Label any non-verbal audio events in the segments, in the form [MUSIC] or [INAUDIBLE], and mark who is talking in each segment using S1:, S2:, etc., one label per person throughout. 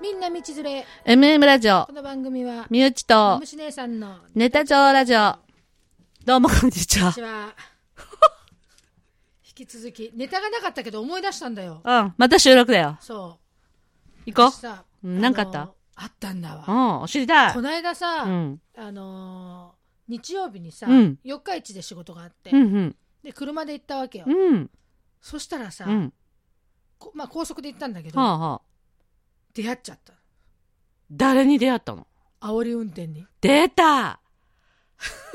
S1: みんな道連れ。
S2: MM ラジオ
S1: こ、の番組は、
S2: みゆち
S1: ま
S2: と、
S1: むし姉さんの、こんに
S2: ネタ帳ラジオ。どうもこんにちは
S1: ち。は。引き続き、ネタがなかったけど思い出したんだよ。
S2: うん、また収録だよ。
S1: そ
S2: 行
S1: う。
S2: こ
S1: さ
S2: うんなんかあった
S1: のあったんだ
S2: う。
S1: わ。
S2: うん、知りたい
S1: こ。ないださ、
S2: うん。
S1: あのー日曜日にさ、
S2: うん
S1: 四日市で仕事があって、
S2: うん、うん。
S1: で、車で行ったわけよ。
S2: うん。
S1: そしたらさ、
S2: うん。
S1: こまあ高速で行ったんだけど、
S2: はあ、はあ、
S1: 出会っちゃった。
S2: 誰に出会ったの
S1: 煽り運転に。
S2: 出た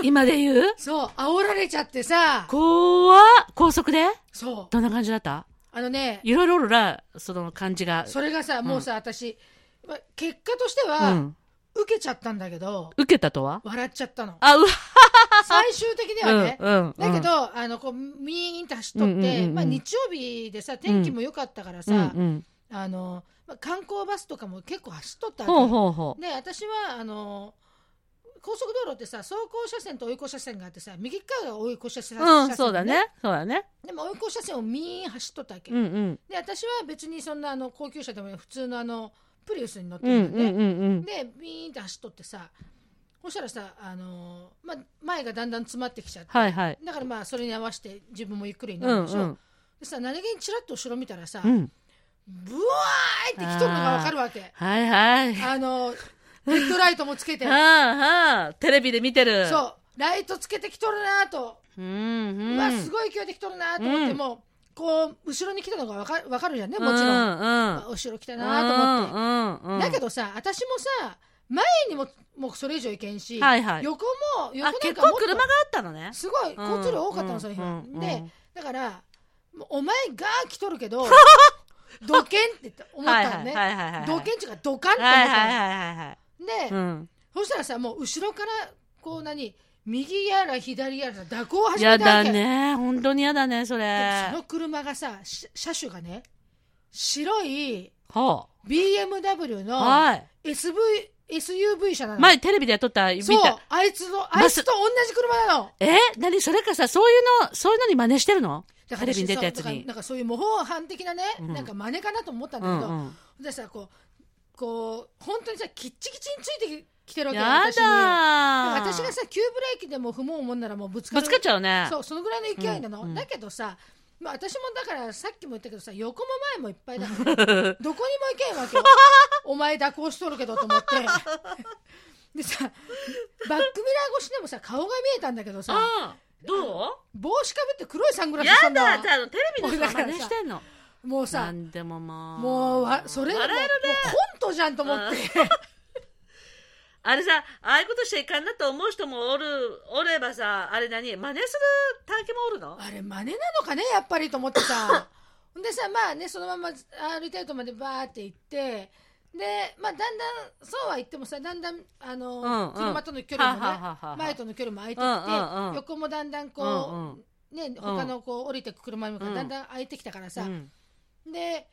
S2: 今で言う [LAUGHS]
S1: そう、煽られちゃってさ、
S2: 怖っ高速で
S1: そう。
S2: どんな感じだった
S1: あのね、
S2: いろいろおるら、その感じが。
S1: それがさ、
S2: ん
S1: もうさ、私、ま結果として
S2: う
S1: は、
S2: ん。
S1: 受けちゃったんだけど、
S2: 受けたとは
S1: 笑っちゃったの。
S2: あ、うわ、
S1: 最終的に
S2: う
S1: は
S2: ん
S1: ね、。
S2: うん。
S1: だけ、ど、あの、こう、ミーンと走っとって、
S2: うんうんうんうん
S1: まあ、日曜日でさ、天気も良かったから
S2: うん、う
S1: さ、
S2: ん。
S1: あの、まあ、観光バスとかも結構走っとったわけ
S2: ほうほうほう。
S1: で、私は、あの、高速道路ってさ、走行車線と追い越し車線があってさ、右側が追い越し車線、
S2: うん、そうだ。ね。そうだね。
S1: でも追い越し車線をミーン走っとったわけ。
S2: うん、うん。
S1: で、私は別にそんな、あの、高級車でも普通のあの、プリウスに乗って
S2: う
S1: る
S2: ん、
S1: んだよね。
S2: うん、うん、うん。
S1: でビーンって走っとってさそしたらさ、あのーまあ、前がだんだん詰まってきちゃって、
S2: はい、はい。
S1: だからまあそれに合わせて自分もゆっくりに
S2: う
S1: なる
S2: ん、
S1: でし
S2: う
S1: ょ、
S2: ん。
S1: でさ何気にちらっと後ろ見たらさ、
S2: うん。
S1: ブワーって来とるのがわかるわけ
S2: はい、はい。
S1: あのーヘッドライトもつけ
S2: [LAUGHS]
S1: て
S2: はあはあ、テレビで見てる。
S1: そうライトつけてきとるなと、
S2: う。うん、う。
S1: うんわすごい勢いで来とるなと思って、
S2: うん
S1: もうこう後ろに来たのがわかわかるじゃんね
S2: い
S1: もちろん、
S2: うん、うん
S1: あ。後ろ来たなと思って、
S2: って。うん、うん。
S1: だけ
S2: ど、
S1: どさ私もさ前にももうそれ以上いけんし、
S2: はいはい
S1: 横も横な
S2: あ
S1: ん、か
S2: 結
S1: もっ
S2: 構
S1: と
S2: 車があったのね。
S1: すごい交通量多かった
S2: う
S1: の
S2: ん
S1: その日
S2: う
S1: は
S2: ん。う
S1: で
S2: ん
S1: だからもうお前が来とるけ
S2: [LAUGHS]
S1: どどけんって思ったのね
S2: はいはいはいはいはい
S1: どけんっていうかどかんって思
S2: はい
S1: っ
S2: はい
S1: た
S2: はいはいはい。
S1: の
S2: う
S1: で
S2: ん。
S1: そしたらさもう後ろからこう何右やら左やらさ蛇行を始
S2: や
S1: めたわ
S2: だ
S1: けで
S2: ね。本当にやだね、そ
S1: そ
S2: れ。
S1: の車がさし車種がね白い
S2: は
S1: BMW
S2: あ。
S1: の
S2: はい。
S1: SV SUV 車なの
S2: 前テレビでやっとった、見
S1: そう
S2: た。
S1: あいつのあ
S2: バ
S1: い
S2: ス
S1: つと同じ車なの
S2: え何それかさ、そういうの、そういうのに真似してるの
S1: だ
S2: テレビに出たや
S1: そ
S2: つ
S1: うだから
S2: に
S1: な。んかそういう模倣犯的なね、
S2: うん
S1: なんか真似かなと思ったん
S2: う
S1: だけ
S2: ん
S1: ど、
S2: うん。
S1: でさこうこう本当にさキッチキチについてきてるわけよ
S2: や
S1: 私に
S2: だ
S1: で私がさ急ブレーキでも踏もうもんならもうぶつか
S2: ぶ
S1: る
S2: つかっちゃうね。
S1: そうそのぐらいの勢いなの、
S2: うんうん
S1: だけどさ、まあ、私もだからさっきも言ったけどさ横も前もいっぱいだからどこ
S2: [LAUGHS]
S1: にも行けんわけよお前蛇行しとるけどと思
S2: [LAUGHS]
S1: ってでさバックミラー越しでもさ顔が見えたんだけどさ
S2: あど
S1: 帽子かぶって黒いサングラ
S2: う
S1: ス
S2: や
S1: したんだわ
S2: だじゃああのテレビの人が真似してんの。
S1: もう
S2: な
S1: さ
S2: んでももう。
S1: もうわそれがもう
S2: 笑える
S1: も
S2: ね。
S1: うコントじゃんと思って。
S2: あれさ、ああいうことしちゃいかんなと思う人もおる、おればさ、あれ何真似する体験もおるの
S1: [LAUGHS] あれ真似なのかねやっぱりと思ってさ
S2: [LAUGHS]
S1: ほんでさまあねそのまま歩いてるとまでバーって行ってでまあだんだんそうは言ってもさだんだんあの、
S2: うんうん
S1: 車との距離もね
S2: ははははは
S1: 前との距離も空いてきて、
S2: うんうんうん
S1: 横もだんだんこう、ね他のこう降りてく車にもだんだん空いてきたからさ、
S2: うん
S1: で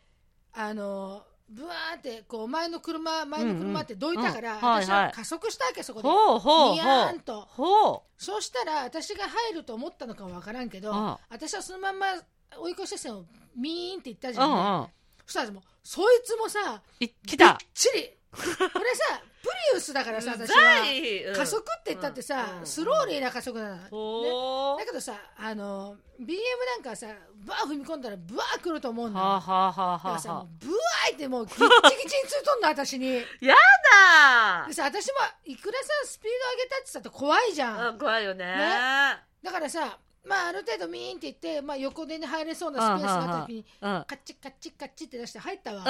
S1: あのブワーってこう前の車前の車ってどいたから、
S2: うんうんはいはい
S1: 私は加速したわけそこで、
S2: ほうほうほう。
S1: にやーんと
S2: ほう。
S1: そうしたら私が入ると思ったのかわからんけど
S2: ああ
S1: 私はそのまんま追い越し車線をミーンって行ったじ
S2: う
S1: ゃん、
S2: んうん。
S1: そしたらもうそいつもさ
S2: い来た。
S1: チリ [LAUGHS] これさプリウスだからさ私
S2: う
S1: は
S2: ざいうん
S1: 加速って言ったってさ、
S2: うん
S1: スローリーな加速なの、ね
S2: ほう
S1: だ。けどさあの BM なんかはさバー踏み込んだらブワー来ると思うんだよ
S2: はあ、はあはあ
S1: だか
S2: は
S1: らさ
S2: あ
S1: も
S2: は
S1: うブワーいってもうギッチギチについとんの私に
S2: あ。
S1: でさ私もいくらさスピード上げたってさと怖いじゃん
S2: だうん怖いよね。
S1: だからさ、まあ、ある程度ミーンって言って、まあ、横で、ね、入れそうなスペースがあった時に
S2: うん。うん
S1: カッチカッチカッチって出して入ったわ、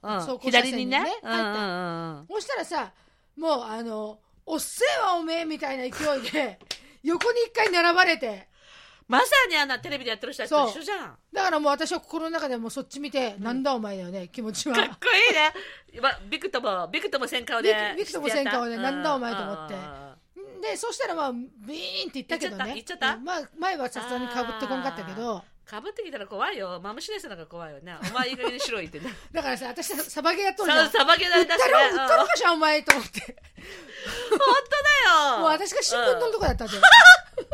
S2: うんうんう
S1: 走
S2: ん。
S1: 行車
S2: 左
S1: 線に
S2: に
S1: ね
S2: ね。うんうん
S1: 入った
S2: うんうん。
S1: そしたらさもうあの「おっせえわおめえ」みたいな勢いで [LAUGHS] 横に一回並ばれて
S2: まさにあんなテレビでやってる人たちと一緒じゃん。
S1: だからもう私は心の中でもうそっち見て、なんだお前だよね気持ち
S2: かっ
S1: は。
S2: こい
S1: [LAUGHS]
S2: いね。わビクとも、ビクともせん顔で
S1: ビクビクともせん顔で
S2: う
S1: なんだお前と思って
S2: うんうんうん
S1: でそしたらまあビーンって言ったけどね
S2: 行っちゃった行っちゃっ
S1: ま
S2: た
S1: あ、前はさすがにかぶってこなかったけど
S2: かぶってきたら怖いよ。マムシネスなんか怖
S1: [LAUGHS]
S2: いよね。お前いい加減にしろいってね。
S1: だからさ私サバゲーやっとるじゃん
S2: さ、さばけな
S1: 売
S2: い
S1: った
S2: だ
S1: ろ
S2: しね。
S1: 売
S2: うん
S1: ったろ
S2: 本
S1: かしらお前と思って
S2: 当だよ。
S1: もう私が新聞取るとこだったんだよ
S2: うん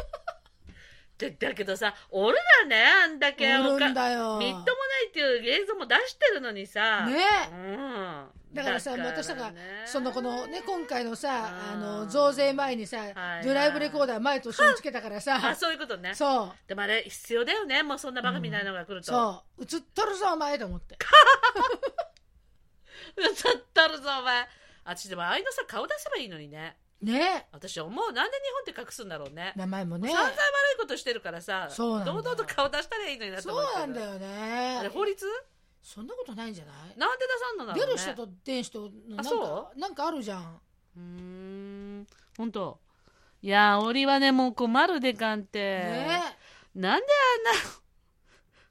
S2: でだけどさ、おるだね、あんだけ。
S1: おるん
S2: 他
S1: だよ。
S2: みっともないっていう映像も出してるのにさ。
S1: ね
S2: うん。
S1: だからさ
S2: だからね
S1: 私だからそのこのね今回のさ
S2: あ
S1: あ
S2: ー
S1: の増税前にさ、
S2: はい
S1: ドライブレコーダー前と一緒につけたから
S2: [LAUGHS] あ
S1: さ
S2: そういうことね
S1: そう
S2: でもあれ必要だよねもうそんなバカみたいなのが来ると、
S1: そう映っとるぞお前と思って
S2: [LAUGHS] うざったるぞお前私でもああいうのさ顔出せばいいのにね
S1: ね
S2: 私思うなんで日本って隠すんだろうね
S1: 名前もね
S2: 散々悪いことしてるからさ
S1: そうなんだ
S2: 堂
S1: よ
S2: 々と顔出したらいいのになと
S1: そ
S2: 思っ
S1: う
S2: て
S1: なんだよ
S2: あ
S1: ね
S2: れ法律
S1: そんなことないんじゃない
S2: なんで出さんのなの、ね、
S1: 出る人と電子とのなん
S2: あそ
S1: かなんかあるじゃん
S2: うーん本当いやーりはねもう困るでかんて、
S1: ね
S2: なんであんな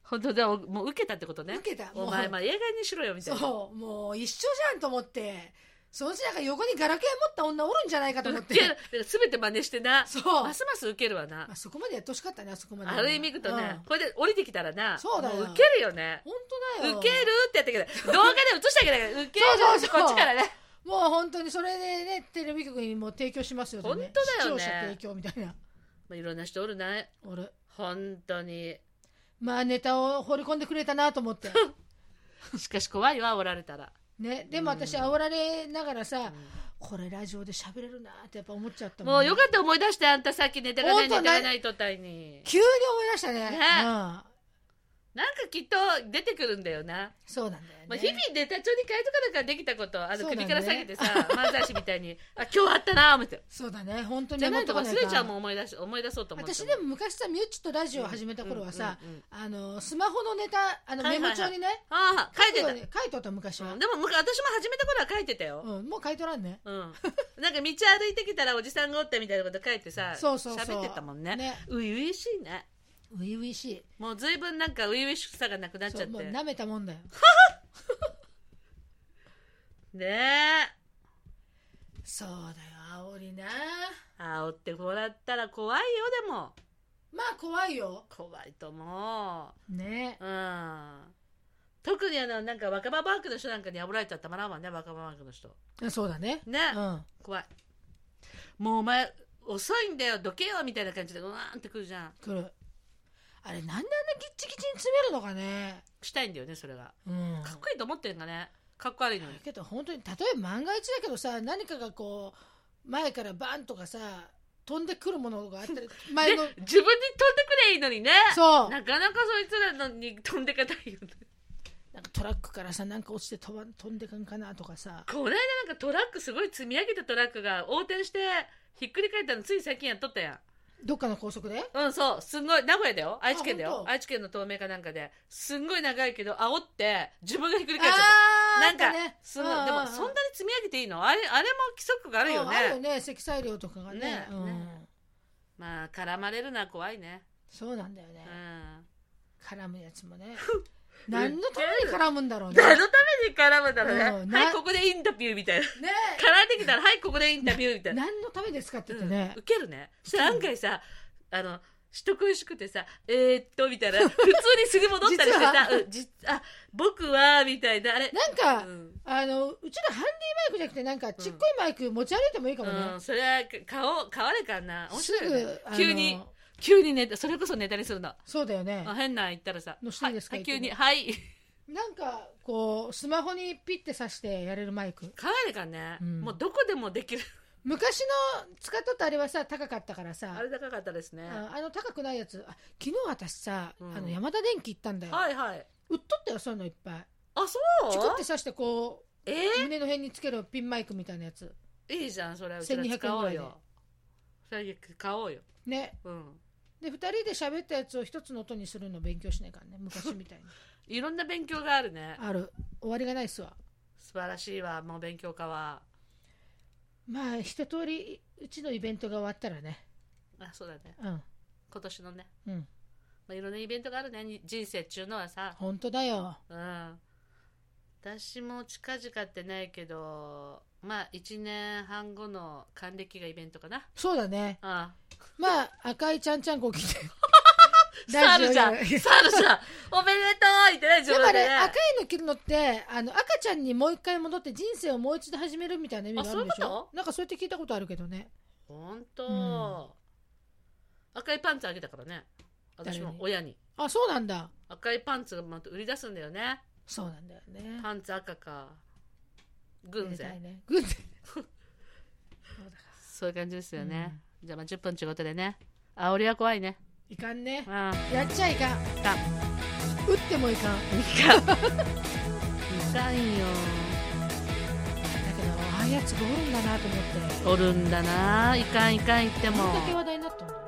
S2: 本当だおもう受けたってことね
S1: 受けたもう
S2: お前まあ映画にしろよみたいな
S1: そうもう一緒じゃんと思ってそのうちなんか横にガラケー持った女おるんじゃないかと思っ
S2: 受け
S1: て
S2: る全て真似してな
S1: そう
S2: ますます受けるわな
S1: まあそこまでやってほしかったねあそこまで
S2: ある意味行くとね、
S1: うん
S2: これで降りてきたらな
S1: そうだよ
S2: もうウケるよね
S1: 本
S2: ウ
S1: 当だよ
S2: ケるってやったけど動画で映してあげたけどウケる
S1: そうそうそう
S2: こっちからね
S1: もう本当にそれでねテレビ局にもう提供しますよとね
S2: 本当だよね
S1: 視聴者提供みたいな
S2: まあいろんな人おるな
S1: 俺
S2: 本当に
S1: まあネタを放り込んでくれたなと思って
S2: しかし怖いわおられたら、
S1: ねでも私煽られながらさ、これラジオで喋れるなってやっぱ思っちゃった
S2: もうよ
S1: か
S2: かった思い出してあんたさっきネタがな
S1: 本
S2: いネ
S1: 当
S2: タ
S1: ね
S2: がないとたいに
S1: 急に思い出したね
S2: ね
S1: うん、
S2: なんかきっと出てくるんだよな、
S1: そうなんだよね、
S2: まあ、日々ネタ帳に変えとかなんかできたことあ
S1: そ
S2: の
S1: うだね
S2: 首から下げ
S1: [LAUGHS]
S2: てさ、漫才師みたいにあ今日あったな思って
S1: そうだね本当に
S2: じゃないと
S1: か
S2: 忘れちゃうもん思い出し思い出そうと思って
S1: 私でも昔さミュッチとラジオを始めた頃はさ、
S2: うんうんうん
S1: あのスマホのネタあの
S2: はい
S1: メ
S2: はい
S1: モ
S2: は
S1: 帳
S2: い
S1: にね、
S2: ああ書いてた
S1: 書くように書いとった昔は、
S2: うんでも昔私も始めた頃は書いてたよ、
S1: うん、もう書いとらんね
S2: うんなんか道歩いてきたらおじさんがおったみたいなこと書いてさ
S1: そうそうそう
S2: 喋ってたもんね
S1: ね
S2: ういういしいね
S1: 初々しい
S2: もう随分なんか初々しさがなくなっちゃ
S1: そ
S2: っ
S1: う
S2: て
S1: もう舐めたもんだよ
S2: ねえ
S1: そうだよ煽りな
S2: 煽ってもらったら怖いよでも
S1: まあ怖いよ
S2: 怖いと思
S1: ね
S2: ううん特にあのなんか若葉バンクの人なんかに煽られたらたまらんわね若葉バンクの人
S1: そうだね
S2: ね、
S1: うん
S2: 怖いもうお前遅いんだよどけよみたいな感じでうわーんってくるじゃん
S1: 来るあれなんであんなギッチギチに詰めるのかね
S2: したいんだよねそれが
S1: うん
S2: かっこいいと思ってんがねかっこ悪いのに
S1: けど本当に例えば万が一だけどさ何かがこう前からバンとかさ飛んでくるものがあったり前
S2: で自
S1: の
S2: 分に飛んでくれいいのにね
S1: そう
S2: なかなかそいつらのに飛んでかないよね
S1: なんかトラックからさなんか落ちて飛ばん飛んでかんかなとかさ
S2: この間なんかトラックすごい積み上げたトラックが横転してひっくり返ったのつい最近やっとったやん
S1: どっかの高速で
S2: うんそうすんごい名古屋だよ愛知県だ
S1: あ
S2: よ
S1: 本当
S2: 愛知県の東名かなんかですんごい長いけど煽って自分がひっくり返っちゃった
S1: あ
S2: なん
S1: あ
S2: か
S1: ったね
S2: すごい、
S1: ううう
S2: でもそんなに積み上げていいのあれあれも規則があるよ
S1: うんあるよ
S2: ね
S1: ね積載量とかがね
S2: ね
S1: うん
S2: ねまあ絡まれるのは怖いね
S1: そうなんだよね
S2: う、ん
S1: 絡むやつもね何のために絡むんだろうね
S2: 誰のために絡むんだろうね、
S1: うんな
S2: はいここでインタビューみたいな
S1: ね
S2: 絡んできたらはいここでインタビューみたいな、
S1: 何のためですかって言
S2: う
S1: って
S2: ん
S1: ね
S2: ウ、ケるねそしたら案外さあの人恋しくてさえー、っとみた
S1: [LAUGHS]
S2: いな普通にすぐ戻ったりしてさ
S1: 実は
S2: うんじあ僕はみたいなあれ
S1: なんか、
S2: うん
S1: あのうちのハンディマイクじゃなくてなんかちっこいマイク持ち歩いてもいいかもね、
S2: うん、それは顔変われかな面白いよね
S1: すぐ
S2: 急に
S1: あの
S2: 急にネタそれこそネタにするの、
S1: そうだよね
S2: あ変なん言ったらさ
S1: のしていいですか
S2: はい、
S1: 言
S2: 急
S1: って
S2: に「
S1: も
S2: はい」 [LAUGHS]
S1: なんかこうスマホにピッて挿してやれるマイク
S2: 変われかね、
S1: うん
S2: もうどこでもできる
S1: 昔の使っとったあれはさ高かったからさ
S2: あれ高かったですね
S1: ああの高くないやつあ昨日私さ、
S2: うん
S1: あの山田電機行ったんだよ、
S2: はいはい
S1: 売っとったよそういうのいっぱい
S2: あそ
S1: チクっ
S2: う
S1: て刺してこ
S2: えー
S1: う胸の辺につけるピンマイクみたいなやつ
S2: いいじゃんそれうちら使おうよそれ買おうよ
S1: ね
S2: うん
S1: で2人で喋ったやつを一つの音にするの勉強しないからね昔みたい
S2: [LAUGHS]
S1: に
S2: いろんな勉強があるね
S1: ある終わりがないっすわ
S2: 素晴らしいわもう勉強家は
S1: まあ一通りうちのイベントが終わったらね
S2: あそうだね
S1: うん
S2: 今年のね、
S1: うん
S2: まあ、いろんなイベントがあるねに人生っちゅうのはさ
S1: 本当だよ
S2: うん私も近々ってないけどまあ1年半後の還暦がイベントかな
S1: そうだ
S2: [LAUGHS]
S1: ね
S2: あ
S1: まあ赤いちゃんちゃんこ着
S2: [LAUGHS]
S1: て
S2: あ猿じゃん
S1: ラ
S2: 猿
S1: ジオ
S2: じゃん
S1: や
S2: おめでとう言ってね自
S1: でも
S2: 分
S1: あ
S2: で
S1: れ
S2: ね
S1: 赤いの着るのってあの赤ちゃんにもう一回戻って人生をもう一度始めるみたいな意味があるんでし
S2: あそういうこ
S1: ょなんかそうやって聞いたことあるけどね
S2: 本当、赤いパンツあげたからね私
S1: 誰
S2: も
S1: に
S2: 親に
S1: あそうなんだ
S2: 赤いパンツがまた売り出すんだよね
S1: そうなんだよね
S2: パンツ赤か軍
S1: めでたい
S2: 勢。
S1: ね軍勢そうだから
S2: そういう感じですよね。じゃあまあ10分ちゅうことでね。あ、俺は怖いね。
S1: いかんね
S2: うん。 [LAUGHS] か、
S1: やっちゃいかん打ってもいかんだ
S2: いかんよ。
S1: けどああいうやつがおるんだなと思って
S2: おるんだな。いかんいかん言っても
S1: ど。んだけ話題になったの